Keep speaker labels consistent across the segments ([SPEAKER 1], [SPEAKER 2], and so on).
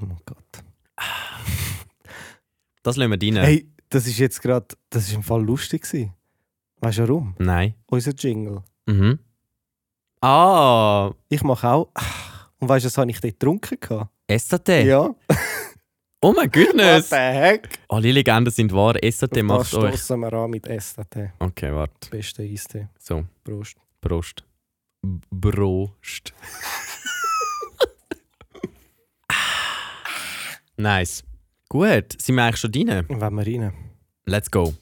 [SPEAKER 1] Oh mein Gott. Das lassen wir rein.
[SPEAKER 2] Hey, das ist jetzt gerade, das ist im Fall lustig gewesen. Weißt du warum?
[SPEAKER 1] Nein.
[SPEAKER 2] Unser Jingle.
[SPEAKER 1] Mhm. Ah,
[SPEAKER 2] Ich mache auch. Und weißt du, das habe ich dort getrunken. gehabt.
[SPEAKER 1] SAT.
[SPEAKER 2] Ja.
[SPEAKER 1] Oh mein
[SPEAKER 2] What
[SPEAKER 1] goodness.
[SPEAKER 2] the heck?
[SPEAKER 1] Alle Legenden sind wahr. SAT
[SPEAKER 2] Auf das
[SPEAKER 1] macht euch.
[SPEAKER 2] stoßen wir an mit STT.
[SPEAKER 1] Okay, warte.
[SPEAKER 2] Beste Eistee.
[SPEAKER 1] So,
[SPEAKER 2] Prost.
[SPEAKER 1] Prost. B- Prost. nice. Gut, sind wir eigentlich schon drin?
[SPEAKER 2] Und wenn wir rein.
[SPEAKER 1] Let's go.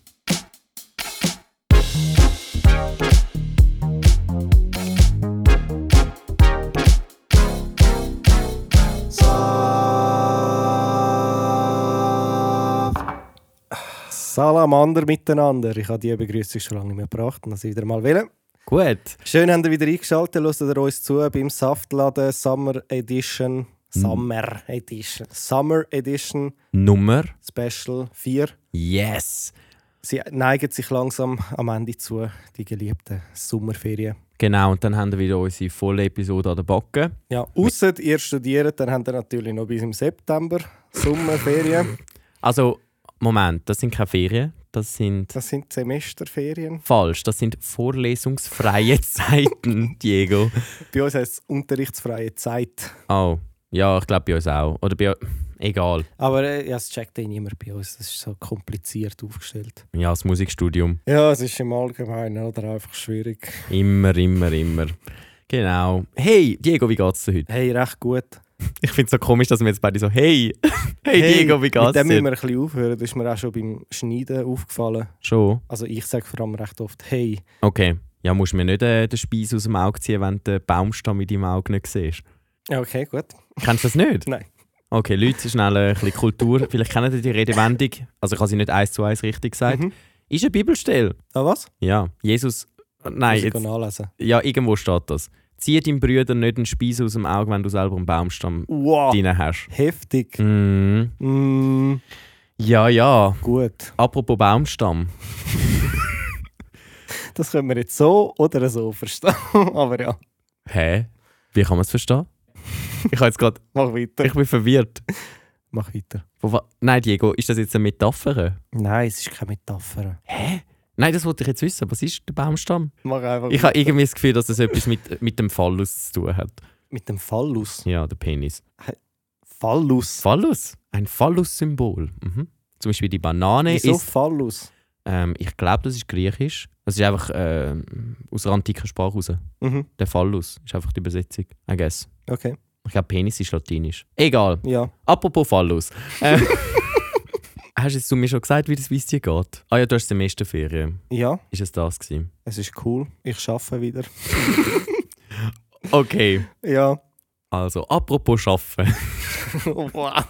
[SPEAKER 2] Salamander miteinander. Ich habe die Begrüßung schon lange nicht mehr gebracht und das wieder mal wählen.
[SPEAKER 1] Gut.
[SPEAKER 2] Schön, habt ihr wieder eingeschaltet. Hört ihr uns zu beim Saftladen Summer Edition. Summer Edition. Summer Edition
[SPEAKER 1] Nummer.
[SPEAKER 2] Special 4.
[SPEAKER 1] Yes.
[SPEAKER 2] Sie neigen sich langsam am Ende zu, die geliebten Sommerferien.
[SPEAKER 1] Genau, und dann haben wir wieder unsere volle Episode an der Backe.
[SPEAKER 2] Ja, ausser ihr studiert, dann habt ihr natürlich noch bis im September Sommerferien.
[SPEAKER 1] Also, Moment, das sind keine Ferien, das sind
[SPEAKER 2] Das sind Semesterferien.
[SPEAKER 1] falsch, das sind vorlesungsfreie Zeiten, Diego.
[SPEAKER 2] Bei uns heisst es unterrichtsfreie Zeit.
[SPEAKER 1] Oh, ja, ich glaube bei uns auch. Oder bei egal.
[SPEAKER 2] Aber äh, ja, es checkt eh niemand bei uns. Das ist so kompliziert aufgestellt.
[SPEAKER 1] Ja, das Musikstudium.
[SPEAKER 2] Ja, es ist im Allgemeinen oder einfach schwierig.
[SPEAKER 1] Immer, immer, immer. Genau. Hey, Diego, wie geht's dir heute?
[SPEAKER 2] Hey, recht gut.
[SPEAKER 1] Ich finde es so komisch, dass wir jetzt beide so, hey, hey, Diego, wie geht's
[SPEAKER 2] Mit dem müssen wir
[SPEAKER 1] dir?
[SPEAKER 2] ein bisschen aufhören. Das ist mir auch schon beim Schneiden aufgefallen.
[SPEAKER 1] Schon.
[SPEAKER 2] Also ich sage vor allem recht oft, hey,
[SPEAKER 1] Okay. Ja, musst mir nicht äh, den Speis aus dem Auge ziehen, wenn du den Baumstamm in deinem Auge nicht siehst.
[SPEAKER 2] Ja, okay, gut.
[SPEAKER 1] Kennst du das nicht?
[SPEAKER 2] Nein.
[SPEAKER 1] Okay, Leute, schnell äh, ein bisschen Kultur. Vielleicht kennen ihr die Redewendung. Also ich habe sie nicht eins zu eins richtig gesagt.
[SPEAKER 2] Mhm.
[SPEAKER 1] Ist eine Bibelstelle.
[SPEAKER 2] Ah, was?
[SPEAKER 1] Ja, Jesus... äh,
[SPEAKER 2] Muss
[SPEAKER 1] Nein,
[SPEAKER 2] ich
[SPEAKER 1] jetzt,
[SPEAKER 2] nachlesen.
[SPEAKER 1] Ja, irgendwo steht das. Zieh deinem Brüder nicht einen Speis aus dem Auge, wenn du selber einen Baumstamm
[SPEAKER 2] Wow.
[SPEAKER 1] drin hast.
[SPEAKER 2] Heftig.
[SPEAKER 1] Mm.
[SPEAKER 2] Mm,
[SPEAKER 1] Ja, ja.
[SPEAKER 2] gut.
[SPEAKER 1] Apropos Baumstamm.
[SPEAKER 2] Das können wir jetzt so oder so verstehen. Aber ja,
[SPEAKER 1] Hä? Wie kann man es verstehen? ich, habe jetzt grad,
[SPEAKER 2] mach weiter.
[SPEAKER 1] ich bin verwirrt.
[SPEAKER 2] mach weiter.
[SPEAKER 1] Wo wa- Nein, Diego, ist das jetzt eine Metapher?
[SPEAKER 2] Nein, es ist keine Metapher.
[SPEAKER 1] Hä? Nein, das wollte ich jetzt wissen. Was ist der Baumstamm?
[SPEAKER 2] Mach einfach
[SPEAKER 1] Ich habe irgendwie das Gefühl, dass es etwas mit, mit dem Phallus zu tun hat.
[SPEAKER 2] mit dem Phallus.
[SPEAKER 1] Ja, der Penis.
[SPEAKER 2] Phallus.
[SPEAKER 1] Phallus? Ein Phallus-Symbol. Mhm. Zum Beispiel die Banane
[SPEAKER 2] Wieso
[SPEAKER 1] ist
[SPEAKER 2] Phallus?
[SPEAKER 1] Ähm, ich glaube, das ist griechisch. Das ist einfach ähm, aus der antiken Sprache raus.
[SPEAKER 2] Mhm.
[SPEAKER 1] Der Phallus ist einfach die Übersetzung. I guess.
[SPEAKER 2] Okay,
[SPEAKER 1] Ich glaube, Penis ist latinisch. Egal.
[SPEAKER 2] ja.
[SPEAKER 1] Apropos Phallus. Ähm, hast jetzt du mir schon gesagt, wie das bei dir geht? Ah ja, du hast Semesterferien.
[SPEAKER 2] Ja,
[SPEAKER 1] Ist es das gewesen?
[SPEAKER 2] es ist cool. Ich schaffe wieder.
[SPEAKER 1] Okay.
[SPEAKER 2] Ja.
[SPEAKER 1] Also, apropos Arbeiten.
[SPEAKER 2] wow.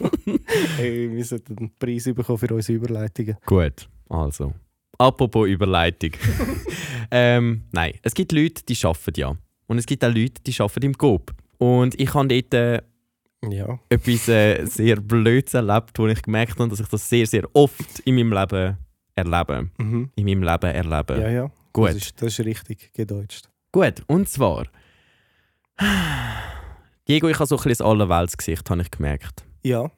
[SPEAKER 2] Hey, wir sollten einen Preis bekommen für unsere Überleitungen.
[SPEAKER 1] Gut. Also. Apropos Überleitung. ähm, nein, es gibt Leute, die arbeiten ja. Und es gibt auch Leute, die arbeiten im Coop. Und ich habe dort äh,
[SPEAKER 2] Ja.
[SPEAKER 1] etwas äh, sehr Blödes erlebt, wo ich gemerkt habe, dass ich das sehr, sehr oft in meinem Leben erlebe.
[SPEAKER 2] Mhm.
[SPEAKER 1] In meinem Leben erlebe.
[SPEAKER 2] Ja, ja. Das
[SPEAKER 1] Gut.
[SPEAKER 2] ist, das ist richtig gedeutscht.
[SPEAKER 1] Gut, und zwar. Diego, ich habe so ein bisschen ein Allerweltsgesicht, habe ich gemerkt.
[SPEAKER 2] Ja.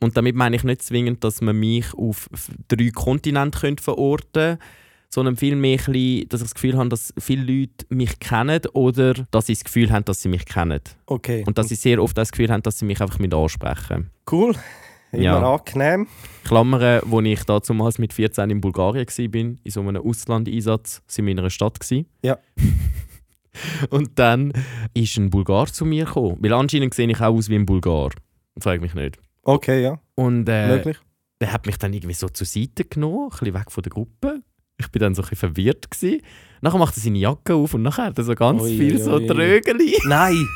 [SPEAKER 1] Und damit meine ich nicht zwingend, dass man mich auf f- drei Kontinente könnte verorten könnte, sondern vielmehr, ein bisschen, dass ich das Gefühl habe, dass viele Leute mich kennen oder dass sie das Gefühl haben, dass sie mich kennen.
[SPEAKER 2] Okay.
[SPEAKER 1] Und dass sie sehr oft auch das Gefühl haben, dass sie mich einfach mit ansprechen.
[SPEAKER 2] Cool. Immer
[SPEAKER 1] Ja.
[SPEAKER 2] angenehm.
[SPEAKER 1] Klammern, wo ich damals mit 14 in Bulgarien war, in so einem Auslandeinsatz, war in meiner Stadt. gsi.
[SPEAKER 2] Ja.
[SPEAKER 1] Und dann ist ein Bulgar zu mir gekommen. Weil anscheinend sehe ich auch aus wie ein Bulgar. Frag mich nicht.
[SPEAKER 2] Okay, ja.
[SPEAKER 1] Und äh,
[SPEAKER 2] Möglich.
[SPEAKER 1] der hat mich dann irgendwie so zur Seite genommen, ein bisschen weg von der Gruppe. Ich bin dann so ein bisschen verwirrt. Gewesen. Nachher macht er seine Jacke auf und nachher hat er so ganz
[SPEAKER 2] Ui,
[SPEAKER 1] viel
[SPEAKER 2] ui,
[SPEAKER 1] so
[SPEAKER 2] ui.
[SPEAKER 1] Trögeli
[SPEAKER 2] Nein,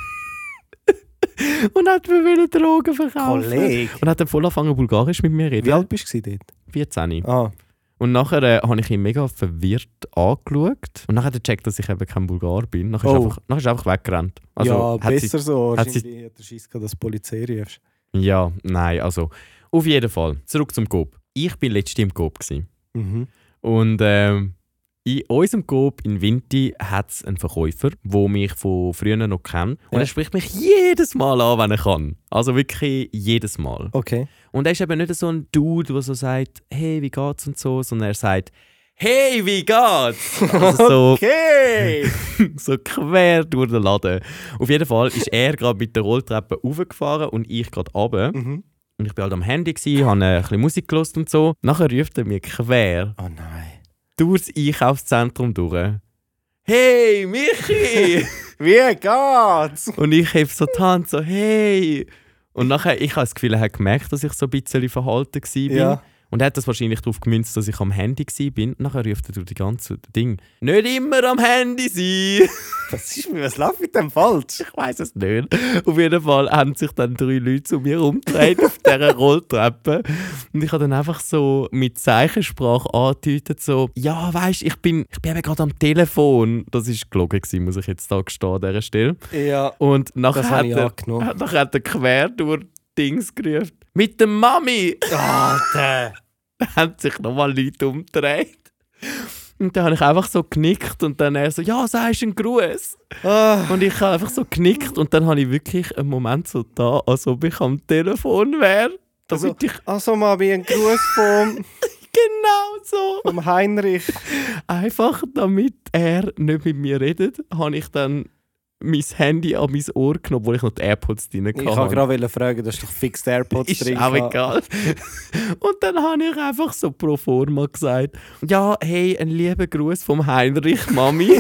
[SPEAKER 1] und hat mir wollen Drogen verkaufen.
[SPEAKER 2] Kollege.
[SPEAKER 1] Und hat dann voll angefangen, Bulgarisch mit mir zu
[SPEAKER 2] Wie
[SPEAKER 1] reden.
[SPEAKER 2] alt bist du dort?
[SPEAKER 1] 14.
[SPEAKER 2] Ah,
[SPEAKER 1] Und nachher äh, habe ich ihn mega verwirrt angeschaut. Und nachher hat er gecheckt, dass ich eben kein Bulgar bin. Nachher, ist,
[SPEAKER 2] Oh.
[SPEAKER 1] einfach, nachher ist er einfach weggerannt. Also,
[SPEAKER 2] ja,
[SPEAKER 1] hat
[SPEAKER 2] besser so.
[SPEAKER 1] hat sie-
[SPEAKER 2] Wahrscheinlich hat der Schiss gehabt, dass du die Polizei rufst.
[SPEAKER 1] Sie, ja, nein, also. Auf jeden Fall. Zurück zum Coop. Ich bin letztens im Coop. Gewesen.
[SPEAKER 2] Mhm.
[SPEAKER 1] Und ähm, In unserem Coop in Vinti hat es einen Verkäufer, der mich von früher noch kennt. Und
[SPEAKER 2] Ja.
[SPEAKER 1] er spricht mich jedes Mal an, wenn er kann. Also wirklich jedes Mal.
[SPEAKER 2] Okay.
[SPEAKER 1] Und er ist eben nicht so ein Dude, der so sagt, hey, wie geht's und so, sondern er sagt, hey, wie geht's? Also
[SPEAKER 2] Oh.
[SPEAKER 1] so,
[SPEAKER 2] Okay!
[SPEAKER 1] so quer durch den Laden. Auf jeden Fall ist er gerade mit der Rolltreppe hochgefahren und ich gerade runter.
[SPEAKER 2] Mhm.
[SPEAKER 1] Und ich war halt am Handy, gewesen, habe äh, ein bisschen Musik gehört und so. Nachher ruft er mir quer
[SPEAKER 2] Oh nein.
[SPEAKER 1] durchs Einkaufszentrum durch. Hey, Michi!
[SPEAKER 2] Wie geht's?
[SPEAKER 1] und ich habe so die Hand, so hey! Und nachher, ich habe das Gefühl, er hat gemerkt, dass ich so ein bisschen verhalten war.
[SPEAKER 2] Ja.
[SPEAKER 1] Und er hat das wahrscheinlich darauf gemünzt, dass ich am Handy war. Und nachher ruft er durch die ganze Ding. Nicht immer am Handy sein!
[SPEAKER 2] Was ist mir? Was läuft mit dem falsch?
[SPEAKER 1] ich weiß es nicht. Auf jeden Fall haben sich dann drei Leute zu mir umgedreht auf dieser Rolltreppe. Und ich habe dann einfach so mit Zeichensprache angedeutet, so, ja, weisst, ich bin, ich bin eben gerade am Telefon. Das war gelogen, gewesen, muss ich jetzt da gestehen an dieser Stelle.
[SPEAKER 2] Ja.
[SPEAKER 1] Und nachher
[SPEAKER 2] Das habe
[SPEAKER 1] hat,
[SPEAKER 2] ich
[SPEAKER 1] er,
[SPEAKER 2] angenommen.
[SPEAKER 1] nachher hat er quer durch Dings gerufen. Mit der Mami!
[SPEAKER 2] Ah, Alter!
[SPEAKER 1] haben sich nochmal Leute umgedreht. Und dann habe ich einfach so genickt und dann er so, ja, sagst einen Gruß.
[SPEAKER 2] Ah.
[SPEAKER 1] Und ich habe einfach so genickt und dann habe ich wirklich einen Moment so da, als ob ich am Telefon wäre. Damit
[SPEAKER 2] Also-
[SPEAKER 1] ich
[SPEAKER 2] Also, Mami, ein Gruß vom,
[SPEAKER 1] genau so.
[SPEAKER 2] vom Heinrich.
[SPEAKER 1] Einfach damit er nicht mit mir redet, habe ich dann mein Handy an mein Ohr genommen, obwohl ich noch die AirPods drin
[SPEAKER 2] Ich
[SPEAKER 1] hatte.
[SPEAKER 2] kann gerade fragen, das ist doch fix der AirPods
[SPEAKER 1] Ist
[SPEAKER 2] drin.
[SPEAKER 1] auch egal. Und dann habe ich einfach so pro forma gesagt: Ja, hey, ein lieber Gruß vom Heinrich, Mami.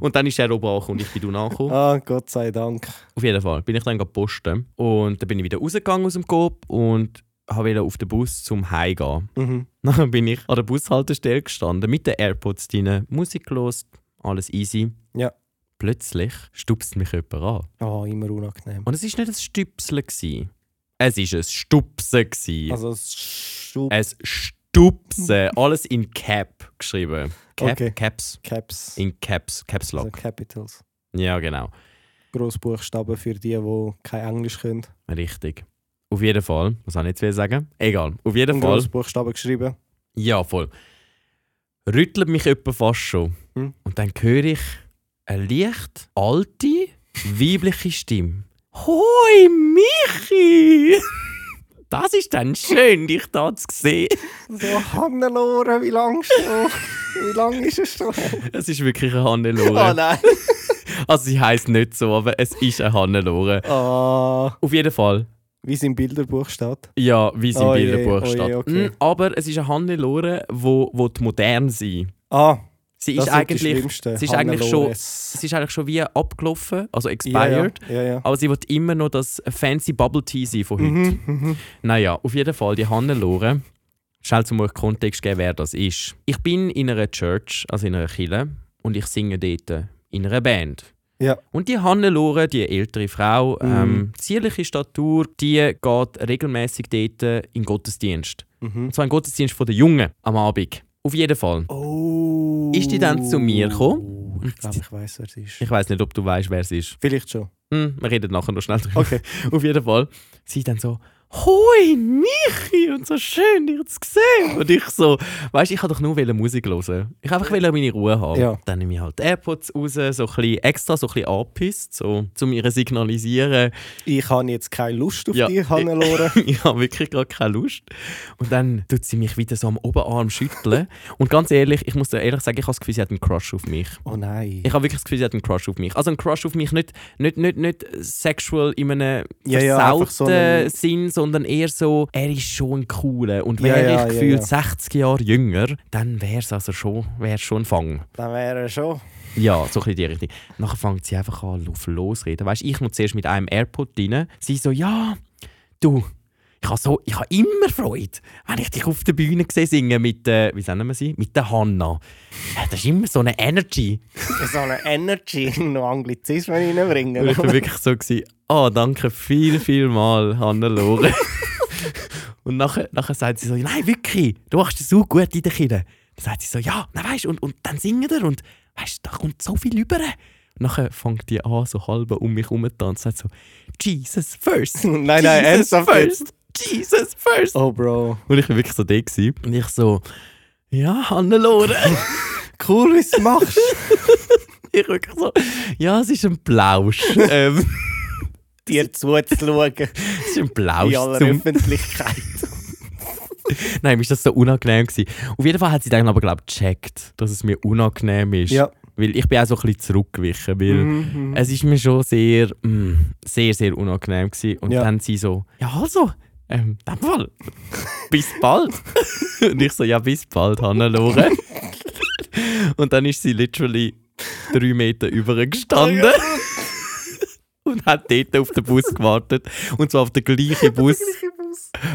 [SPEAKER 1] und dann ist er oben angekommen und ich bin unten angekommen.
[SPEAKER 2] Ah, Gott sei Dank.
[SPEAKER 1] Auf jeden Fall bin ich dann gerade posten. Und dann bin ich wieder rausgegangen aus dem Coop und wollte auf den Bus zum Heim gehen.
[SPEAKER 2] Mhm.
[SPEAKER 1] Dann bin ich an der Bushaltestelle gestanden, mit den AirPods drin, Musik gelost, alles easy.
[SPEAKER 2] Ja.
[SPEAKER 1] Plötzlich stupst mich jemand an.
[SPEAKER 2] Oh, immer unangenehm.
[SPEAKER 1] Und es war nicht ein Stüpseln. gewesen. Es war ein Stupsen. gewesen.
[SPEAKER 2] Also, es Schub
[SPEAKER 1] Es Stupsen, alles in Cap geschrieben. Cap,
[SPEAKER 2] Okay.
[SPEAKER 1] Caps,
[SPEAKER 2] Caps.
[SPEAKER 1] in Caps, Caps
[SPEAKER 2] Also
[SPEAKER 1] Lock.
[SPEAKER 2] Capitals.
[SPEAKER 1] Ja, genau.
[SPEAKER 2] Großbuchstaben für die, die kein Englisch können.
[SPEAKER 1] Richtig. Auf jeden Fall, was soll ich jetzt wieder sagen? Egal, auf jeden
[SPEAKER 2] Und
[SPEAKER 1] Fall.
[SPEAKER 2] Großbuchstaben geschrieben.
[SPEAKER 1] Ja, voll. Rüttelt mich jemand fast schon.
[SPEAKER 2] Hm.
[SPEAKER 1] Und dann höre ich eine leicht alte, weibliche Stimme. Hoi, Michi! Das ist dann schön, dich da zu sehen.
[SPEAKER 2] So, Hannelore, wie lange schon? wie lange ist es schon?
[SPEAKER 1] Es ist wirklich eine Hannelore.
[SPEAKER 2] Ah, nein.
[SPEAKER 1] Also sie heisst nicht so, aber es ist eine Hannelore.
[SPEAKER 2] Ah,
[SPEAKER 1] Auf jeden Fall.
[SPEAKER 2] wie es im Bilderbuch steht.
[SPEAKER 1] Ja, wie es im
[SPEAKER 2] Oh je,
[SPEAKER 1] Bilderbuch
[SPEAKER 2] oh je,
[SPEAKER 1] steht.
[SPEAKER 2] okay.
[SPEAKER 1] Mm, Aber es ist eine Hannelore, wo, wo die modern sein.
[SPEAKER 2] Ah,
[SPEAKER 1] Sie
[SPEAKER 2] das
[SPEAKER 1] ist
[SPEAKER 2] sind die
[SPEAKER 1] eigentlich,
[SPEAKER 2] schlimmsten.
[SPEAKER 1] sie ist eigentlich schon,
[SPEAKER 2] Hannelores.
[SPEAKER 1] sie ist eigentlich schon wie abgelaufen, also
[SPEAKER 2] Ja,
[SPEAKER 1] expired.
[SPEAKER 2] ja, ja. ja.
[SPEAKER 1] Aber sie wird immer noch das fancy Bubble Tea sein von heute.
[SPEAKER 2] Mhm, mhm.
[SPEAKER 1] Naja, auf jeden Fall die Hannelore. Schnell zum euch Kontext geben, wer das ist. Ich bin in einer Church, also in einer Kirche, und ich singe dort in einer Band.
[SPEAKER 2] Ja.
[SPEAKER 1] Und die Hannelore, die ältere Frau, ähm,
[SPEAKER 2] Mhm.
[SPEAKER 1] zierliche Statur, die geht regelmäßig dort in den Gottesdienst.
[SPEAKER 2] Mhm.
[SPEAKER 1] Und zwar in den Gottesdienst von den Jungen am Abend. Auf jeden Fall.
[SPEAKER 2] Oh.
[SPEAKER 1] Ist die dann zu mir gekommen?
[SPEAKER 2] Oh, Ich glaube, ich weiß, wer es ist.
[SPEAKER 1] Ich weiß nicht, ob du weißt, wer es ist.
[SPEAKER 2] Vielleicht schon.
[SPEAKER 1] Hm, wir reden nachher noch schnell drüber.
[SPEAKER 2] Okay.
[SPEAKER 1] Auf jeden Fall. Sie dann so, Hoi, Michi! Und so schön, dich zu sehen. Und ich so, weißt du, ich wollte doch nur wollen Musik hören. Ich einfach wollte meine Ruhe haben.
[SPEAKER 2] Ja.
[SPEAKER 1] Dann nehme ich halt die AirPods raus, so ein bisschen extra, so ein bisschen angepisst, so, um ihr signalisieren,
[SPEAKER 2] Ich habe jetzt keine Lust auf
[SPEAKER 1] Ja.
[SPEAKER 2] dich, Hannelore.
[SPEAKER 1] ich habe wirklich gar keine Lust. Und dann tut sie mich wieder so am Oberarm schütteln. Und ganz ehrlich, ich muss dir ehrlich sagen, ich habe das Gefühl, sie hat einen Crush auf mich.
[SPEAKER 2] Oh nein.
[SPEAKER 1] Ich habe wirklich das Gefühl, sie hat einen Crush auf mich. Also einen Crush auf mich nicht, nicht, nicht, nicht sexual in einem
[SPEAKER 2] Ja, ja,
[SPEAKER 1] versauten
[SPEAKER 2] einfach so einen-
[SPEAKER 1] Sinn, sondern eher so, er ist schon ein cooler. Und
[SPEAKER 2] Ja,
[SPEAKER 1] wäre
[SPEAKER 2] ja,
[SPEAKER 1] ich
[SPEAKER 2] ja,
[SPEAKER 1] gefühlt
[SPEAKER 2] ja.
[SPEAKER 1] 60 Jahre jünger, dann wäre es also schon, wär's schon ein Fang.
[SPEAKER 2] Dann wäre er schon.
[SPEAKER 1] Ja, so ein bisschen die Richtung. Nachher fängt sie einfach an, auf losreden. Weißt ich muss zuerst mit einem AirPod rein. Sie so, ja, du, ich habe so, ich habe immer Freude, wenn ich dich auf der Bühne sehe singen mit, äh, wie nennen wir sie? Mit der Hanna. Ja, das ist immer so eine Energy.
[SPEAKER 2] so eine Energy noch Anglizismen reinbringen.
[SPEAKER 1] Und ich war wirklich so, gewesen, oh, danke viel, viel mal, Hannelore. und nachher, nachher sagt sie so, nein, wirklich, du machst es so gut in der Kirche. Dann sagt sie so, ja, nein, weißt, und, und dann singen wir und weißt, da kommt so viel rüber. Und nachher fängt die an, so halb um mich herum zu tanzen, sagt so, Jesus first,
[SPEAKER 2] nein, nein,
[SPEAKER 1] Jesus
[SPEAKER 2] ernsthaft jetzt.
[SPEAKER 1] first, Jesus first.
[SPEAKER 2] Oh, Bro.
[SPEAKER 1] Und ich war wirklich so da. Gewesen. Und ich so, ja, Hannelore,
[SPEAKER 2] Cool, wie du machst.
[SPEAKER 1] Ich wirklich so, ja, es ist ein Plausch. ähm,
[SPEAKER 2] dir zuzuschauen
[SPEAKER 1] es ist ein
[SPEAKER 2] in
[SPEAKER 1] Plausch.
[SPEAKER 2] aller
[SPEAKER 1] Zum,
[SPEAKER 2] Öffentlichkeit.
[SPEAKER 1] nein, mir ist das so unangenehm. Gewesen. Auf jeden Fall hat sie dann aber, glaube ich, gecheckt, dass es mir unangenehm ist.
[SPEAKER 2] Ja. Mhm,
[SPEAKER 1] Weil ich bin auch so ein bisschen zurückgewichen, weil es ist mir schon sehr, mm, sehr, sehr unangenehm gewesen. Und
[SPEAKER 2] Ja.
[SPEAKER 1] dann sie so, ja also, ähm, in dem Fall, bis bald. Und ich so, ja bis bald, Hannelore. Und dann ist sie literally drei Meter
[SPEAKER 2] Oh
[SPEAKER 1] übergestanden. Und hat dort auf den Bus gewartet. Und zwar auf den gleichen Bus,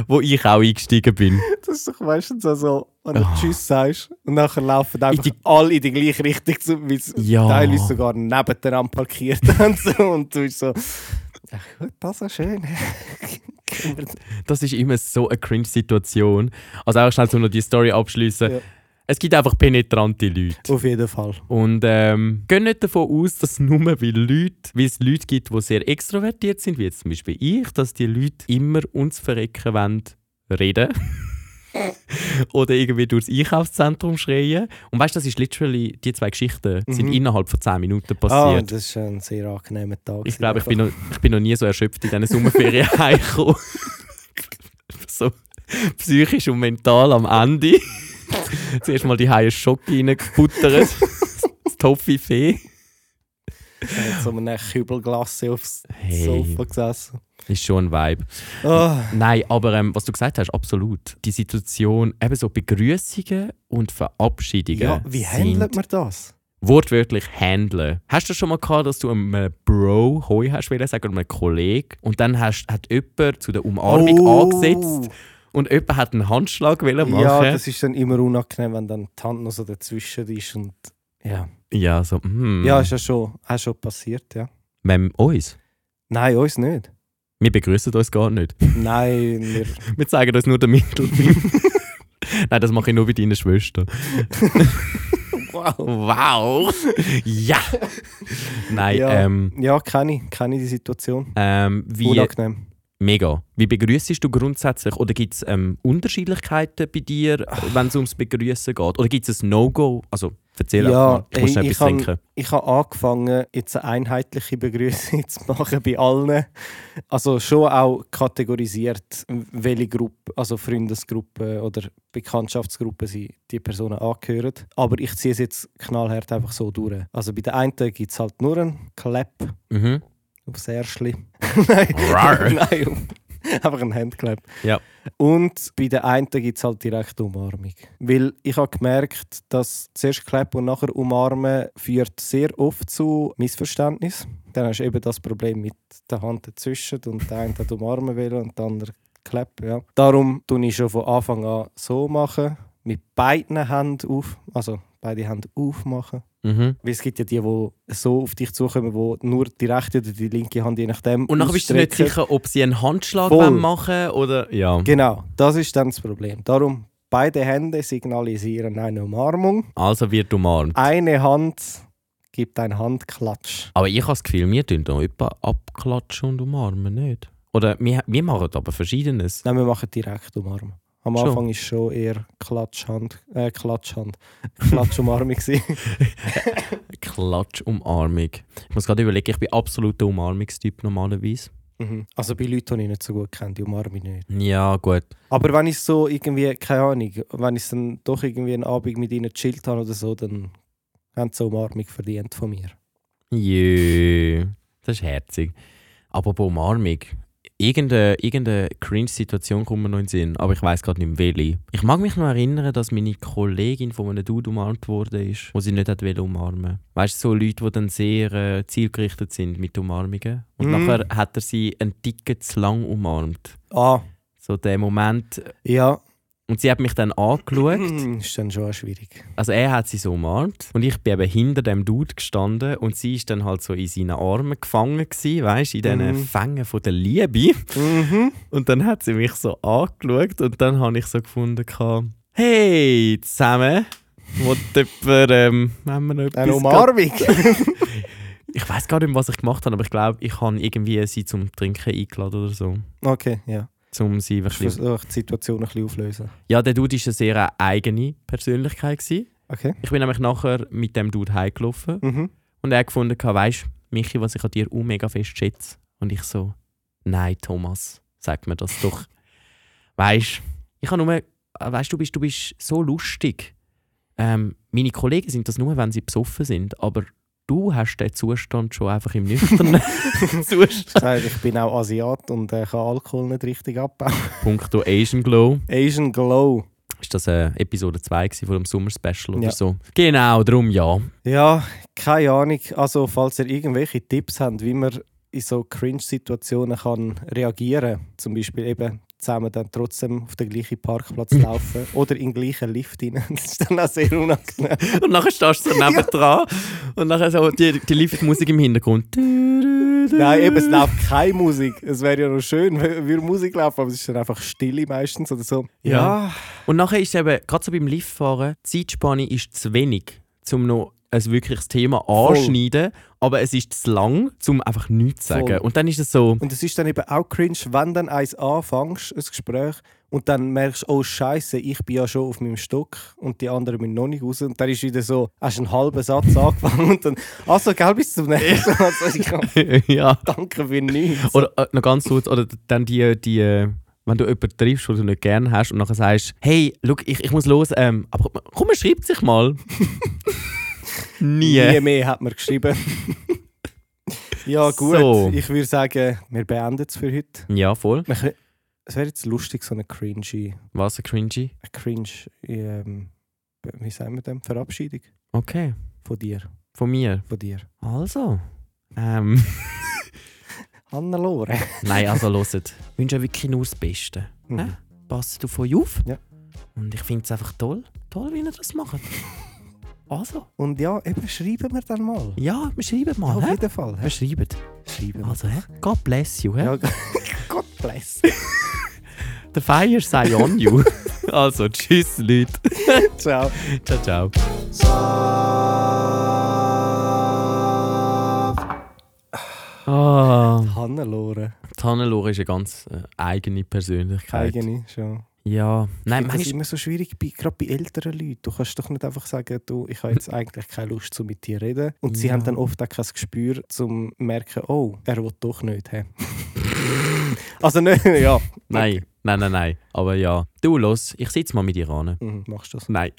[SPEAKER 1] wo ich auch eingestiegen bin.
[SPEAKER 2] Das ist doch meistens auch so, wenn du
[SPEAKER 1] Ah.
[SPEAKER 2] Tschüss sagst und nachher laufen einfach
[SPEAKER 1] die-
[SPEAKER 2] alle in die gleiche Richtung, so, weil sie
[SPEAKER 1] Ja.
[SPEAKER 2] teilweise sogar nebeneinander parkiert haben. So, und du bist so, ach gut, das ist schön.
[SPEAKER 1] Das ist immer so eine cringe Situation. Also auch schnell, um noch die Story abschließen.
[SPEAKER 2] Ja.
[SPEAKER 1] Es gibt einfach penetrante Leute.
[SPEAKER 2] Auf jeden Fall.
[SPEAKER 1] Und ähm, gehen nicht davon aus, dass nur weil Leute, weil es Leute gibt, die sehr extrovertiert sind, wie jetzt zum Beispiel ich, dass die Leute immer uns verrecken wollen, reden. Oder irgendwie durchs Einkaufszentrum schreien. Und weißt du, das ist literally, die zwei Geschichten sind
[SPEAKER 2] Mhm.
[SPEAKER 1] innerhalb von 10 Minuten
[SPEAKER 2] Ah,
[SPEAKER 1] passiert.
[SPEAKER 2] das ist ein sehr angenehmer Tag.
[SPEAKER 1] ich glaube, ich, bin noch- ich bin noch nie so erschöpft in diesen Sommerferien heimgekommen. so psychisch und mental am Ende. Zuerst mal die heiße Schocke reingebuttert. Das Toffee-Fee.
[SPEAKER 2] mit so einem Kübel Glasse aufs
[SPEAKER 1] Hey.
[SPEAKER 2] Sofa gesessen.
[SPEAKER 1] Ist schon ein Vibe.
[SPEAKER 2] Ah,
[SPEAKER 1] Nein, aber ähm, was du gesagt hast, absolut. Die Situation, eben so Begrüßungen und Verabschiedungen.
[SPEAKER 2] ja, wie handelt
[SPEAKER 1] sind
[SPEAKER 2] man das?
[SPEAKER 1] Wortwörtlich handeln. Hast du schon mal gehabt, dass du einem äh, Bro Hoi hast wollen sagen oder einem Kollegen und dann hast, hat jemand zu der Umarmung
[SPEAKER 2] Oh.
[SPEAKER 1] angesetzt und jemand hat einen Handschlag wollen machen?
[SPEAKER 2] Ja, das ist dann immer unangenehm, wenn dann die Hand noch so dazwischen ist. Und, ja.
[SPEAKER 1] ja so, hm.
[SPEAKER 2] ja, ist ja schon, auch schon passiert, ja.
[SPEAKER 1] Mem uns.
[SPEAKER 2] Nein, uns nicht.
[SPEAKER 1] Wir begrüßen uns gar nicht.
[SPEAKER 2] Nein, wir
[SPEAKER 1] Wir zeigen uns nur den Mittelfinger. Nein, das mache ich nur bei deiner Schwester.
[SPEAKER 2] Wow.
[SPEAKER 1] Wow! ja! Nein,
[SPEAKER 2] Ja.
[SPEAKER 1] ähm,
[SPEAKER 2] Ja, kenne ich, kenne ich die Situation.
[SPEAKER 1] ähm, wie.
[SPEAKER 2] Unangenehm.
[SPEAKER 1] Mega. Wie begrüßest du grundsätzlich? Oder gibt es ähm, Unterschiedlichkeiten bei dir, wenn es ums Begrüßen geht? Oder gibt es ein No-Go? Also, erzähl
[SPEAKER 2] Ja,
[SPEAKER 1] einfach mal. Ich muss
[SPEAKER 2] ey,
[SPEAKER 1] noch
[SPEAKER 2] ich
[SPEAKER 1] etwas
[SPEAKER 2] kann-
[SPEAKER 1] trinken.
[SPEAKER 2] Ich habe angefangen, jetzt eine einheitliche Begrüßung zu machen bei allen. Also schon auch kategorisiert, welche Gruppe, also Freundesgruppe oder Bekanntschaftsgruppe sie die Personen angehören. Aber ich ziehe es jetzt knallhart einfach so durch. Also bei der einen gibt es halt nur einen Clap
[SPEAKER 1] Mhm.
[SPEAKER 2] aufs Ärschli. Nein.
[SPEAKER 1] Rar.
[SPEAKER 2] Nein, auf- einfach ein Handclap.
[SPEAKER 1] Ja.
[SPEAKER 2] Und bei den einen gibt es halt direkt Umarmung. Weil ich habe gemerkt, dass zuerst Clap und nachher Umarmen führt sehr oft zu Missverständnis. Dann hast du eben das Problem mit der Hand dazwischen und der eine hat umarmen will und der andere Clap. Ja. Darum tue ich schon von Anfang an so machen, mit beiden Händen auf, also beide Hände aufmachen.
[SPEAKER 1] Mhm.
[SPEAKER 2] Weil es gibt ja die, die so auf dich zukommen, die nur die rechte oder die linke Hand, je nachdem.
[SPEAKER 1] Und nachher bist du nicht
[SPEAKER 2] ausstrecken.
[SPEAKER 1] sicher, ob sie einen Handschlag
[SPEAKER 2] Voll.
[SPEAKER 1] wollen machen oder. Ja.
[SPEAKER 2] Genau, das ist dann das Problem. Darum, beide Hände signalisieren eine Umarmung.
[SPEAKER 1] Also wird umarmt.
[SPEAKER 2] Eine Hand gibt einen Handklatsch.
[SPEAKER 1] Aber ich habe das Gefühl, wir tun da jemanden abklatschen und umarmen nicht. Oder wir, wir machen aber Verschiedenes.
[SPEAKER 2] Nein, wir machen direkt Umarmen. Am
[SPEAKER 1] Schon.
[SPEAKER 2] Anfang ist schon eher Klatschhand, äh, Klatschhand, Klatschumarmung gewesen.
[SPEAKER 1] Klatsch-Umarmung. Ich muss gerade überlegen, ich bin absoluter Umarmungstyp normalerweise.
[SPEAKER 2] Mhm. Also bei Leuten, die ich nicht so gut kenne, die umarme ich nicht.
[SPEAKER 1] Ja, gut.
[SPEAKER 2] Aber wenn ich so irgendwie, keine Ahnung, wenn ich dann doch irgendwie einen Abend mit ihnen gechillt habe oder so, dann haben sie eine Umarmung verdient von mir.
[SPEAKER 1] Jö, das ist herzig. Aber bei Umarmung, irgendeine, irgendeine Cringe-Situation kommt mir noch in den Sinn, aber ich weiß gerade nicht mehr welche. Ich mag mich noch erinnern, dass meine Kollegin von einem Dude umarmt wurde, ist, wo sie nicht hat wollen umarmen. Weißt du, so Leute, die dann sehr äh, zielgerichtet sind mit Umarmungen. Und
[SPEAKER 2] Mhm.
[SPEAKER 1] nachher hat er sie einen Ticken zu lang umarmt.
[SPEAKER 2] Ah,
[SPEAKER 1] So der Moment.
[SPEAKER 2] ja.
[SPEAKER 1] Und sie hat mich dann angeschaut.
[SPEAKER 2] Ist dann schon auch schwierig.
[SPEAKER 1] Also er hat sie so umarmt und ich bin eben hinter dem Dude gestanden und sie ist dann halt so in seinen Armen gefangen gsi, weißt, in diesen
[SPEAKER 2] Mhm.
[SPEAKER 1] Fängen von der Liebe.
[SPEAKER 2] Mhm.
[SPEAKER 1] Und dann hat sie mich so angeschaut und dann habe ich so gefunden, gehabt, hey zusammen, wo jemand, ähm, haben wir noch etwas?
[SPEAKER 2] Eine Äh, Umarmung.
[SPEAKER 1] Ich weiß gar nicht, mehr, was ich gemacht habe, aber ich glaube, ich habe irgendwie sie zum Trinken eingeladen oder so,
[SPEAKER 2] Okay, ja. oh,
[SPEAKER 1] zum sie ein
[SPEAKER 2] Ich
[SPEAKER 1] bisschen
[SPEAKER 2] versuche die Situation ein bisschen auflösen.
[SPEAKER 1] Ja, der Dude war eine sehr eigene Persönlichkeit. Gewesen.
[SPEAKER 2] Okay.
[SPEAKER 1] Ich bin nämlich nachher mit dem Dude heimgelaufen
[SPEAKER 2] Mhm.
[SPEAKER 1] und er hat gefunden, weißt du, Michi, was ich an dir auch mega fest schätze. Und ich so, nein, Thomas, sag mir das doch. weißt du, ich habe nur, äh, weißt du, bist, du bist so lustig. Ähm, meine Kollegen sind das nur, wenn sie besoffen sind, aber du hast den Zustand schon einfach im nüchternen Zustand.
[SPEAKER 2] Das heißt, ich bin auch Asiat und äh, kann Alkohol nicht richtig abbauen.
[SPEAKER 1] Punkto Asian Glow.
[SPEAKER 2] Asian Glow.
[SPEAKER 1] Ist das äh, Episode 2 gewesen von dem Sommerspecial oder
[SPEAKER 2] Ja.
[SPEAKER 1] so? Genau, darum ja.
[SPEAKER 2] Ja, keine Ahnung. Also, falls ihr irgendwelche Tipps habt, wie man in so Cringe-Situationen kann reagieren kann, zum Beispiel eben zusammen dann trotzdem auf den gleichen Parkplatz laufen oder in den gleichen Lift rein, das ist dann auch sehr unangenehm.
[SPEAKER 1] Und nachher stehst du so neben dran und nachher so die, die Liftmusik im Hintergrund.
[SPEAKER 2] Nein,
[SPEAKER 1] Nein,
[SPEAKER 2] eben, es läuft keine Musik. Es wäre ja noch schön, wür- würde Musik laufen, aber es ist dann einfach Stille meistens oder so.
[SPEAKER 1] Ja. Und nachher ist eben, gerade so beim Liftfahren, die Zeitspanne ist zu wenig, um noch ein wirkliches Thema anschneiden, aber es ist zu lang, um einfach nichts zu
[SPEAKER 2] Voll.
[SPEAKER 1] sagen. Und dann ist es so,
[SPEAKER 2] Und es ist dann eben auch cringe, wenn dann eins anfängst, ein Gespräch, und dann merkst du, oh Scheiße, ich bin ja schon auf meinem Stock und die anderen müssen noch nicht raus. Und dann ist wieder so, hast einen halben Satz angefangen und dann, also, gell, bis zum nächsten Mal. Also, ich kann,
[SPEAKER 1] ja.
[SPEAKER 2] danke für nichts.
[SPEAKER 1] Oder äh, noch ganz kurz, oder dann die, die äh, wenn du jemanden triffst, den du nicht gerne hast, und nachher sagst, hey, schau, ich, ich muss los, ähm, aber komm, man schreibt sich mal. Nie.
[SPEAKER 2] Nie mehr hat man geschrieben. ja, gut.
[SPEAKER 1] So.
[SPEAKER 2] Ich würde sagen, wir beenden es für heute.
[SPEAKER 1] Ja, voll.
[SPEAKER 2] Wir können- Es wäre jetzt lustig, so eine cringy,
[SPEAKER 1] Was ein cringy.
[SPEAKER 2] eine cringe, ähm, wie sagen wir denn, Verabschiedung
[SPEAKER 1] Okay,
[SPEAKER 2] von dir,
[SPEAKER 1] von mir.
[SPEAKER 2] von dir.
[SPEAKER 1] Also. Ähm,
[SPEAKER 2] Hannelore.
[SPEAKER 1] nein, also hört. Ich wünsche euch wirklich nur das Beste.
[SPEAKER 2] Mhm.
[SPEAKER 1] Ne? Passt auf euch auf.
[SPEAKER 2] Ja.
[SPEAKER 1] Und ich finde es einfach toll. Toll, wie ihr das macht. Also,
[SPEAKER 2] Und ja, eben schreiben wir dann mal.
[SPEAKER 1] ja, wir schreiben mal.
[SPEAKER 2] Auf
[SPEAKER 1] Ah, hä?
[SPEAKER 2] jeden Fall.
[SPEAKER 1] Wir schreiben.
[SPEAKER 2] Schreiben wir.
[SPEAKER 1] Also, hä? God bless you. Hä?
[SPEAKER 2] Ja, Gott bless.
[SPEAKER 1] The fire sei on you. also, tschüss, Leute.
[SPEAKER 2] Ciao.
[SPEAKER 1] Ciao, ciao. Ah,
[SPEAKER 2] Hannelore.
[SPEAKER 1] Tannenlohr ist eine ganz äh, eigene Persönlichkeit.
[SPEAKER 2] Eigene schon.
[SPEAKER 1] Ja, nein,
[SPEAKER 2] Das ist
[SPEAKER 1] Äh, manchmal,
[SPEAKER 2] immer so schwierig, bei, gerade bei älteren Leuten. Du kannst doch nicht einfach sagen, du, ich habe jetzt eigentlich keine Lust, so mit dir zu reden. Und sie
[SPEAKER 1] Ja.
[SPEAKER 2] haben dann oft auch kein Gespür, um zu merken, oh, er will doch nicht. hä? also, nicht, ja.
[SPEAKER 1] nein, nein, nein, nein. Aber ja, du los, ich sitze mal mit dir an.
[SPEAKER 2] Mhm, machst du das?
[SPEAKER 1] Nein.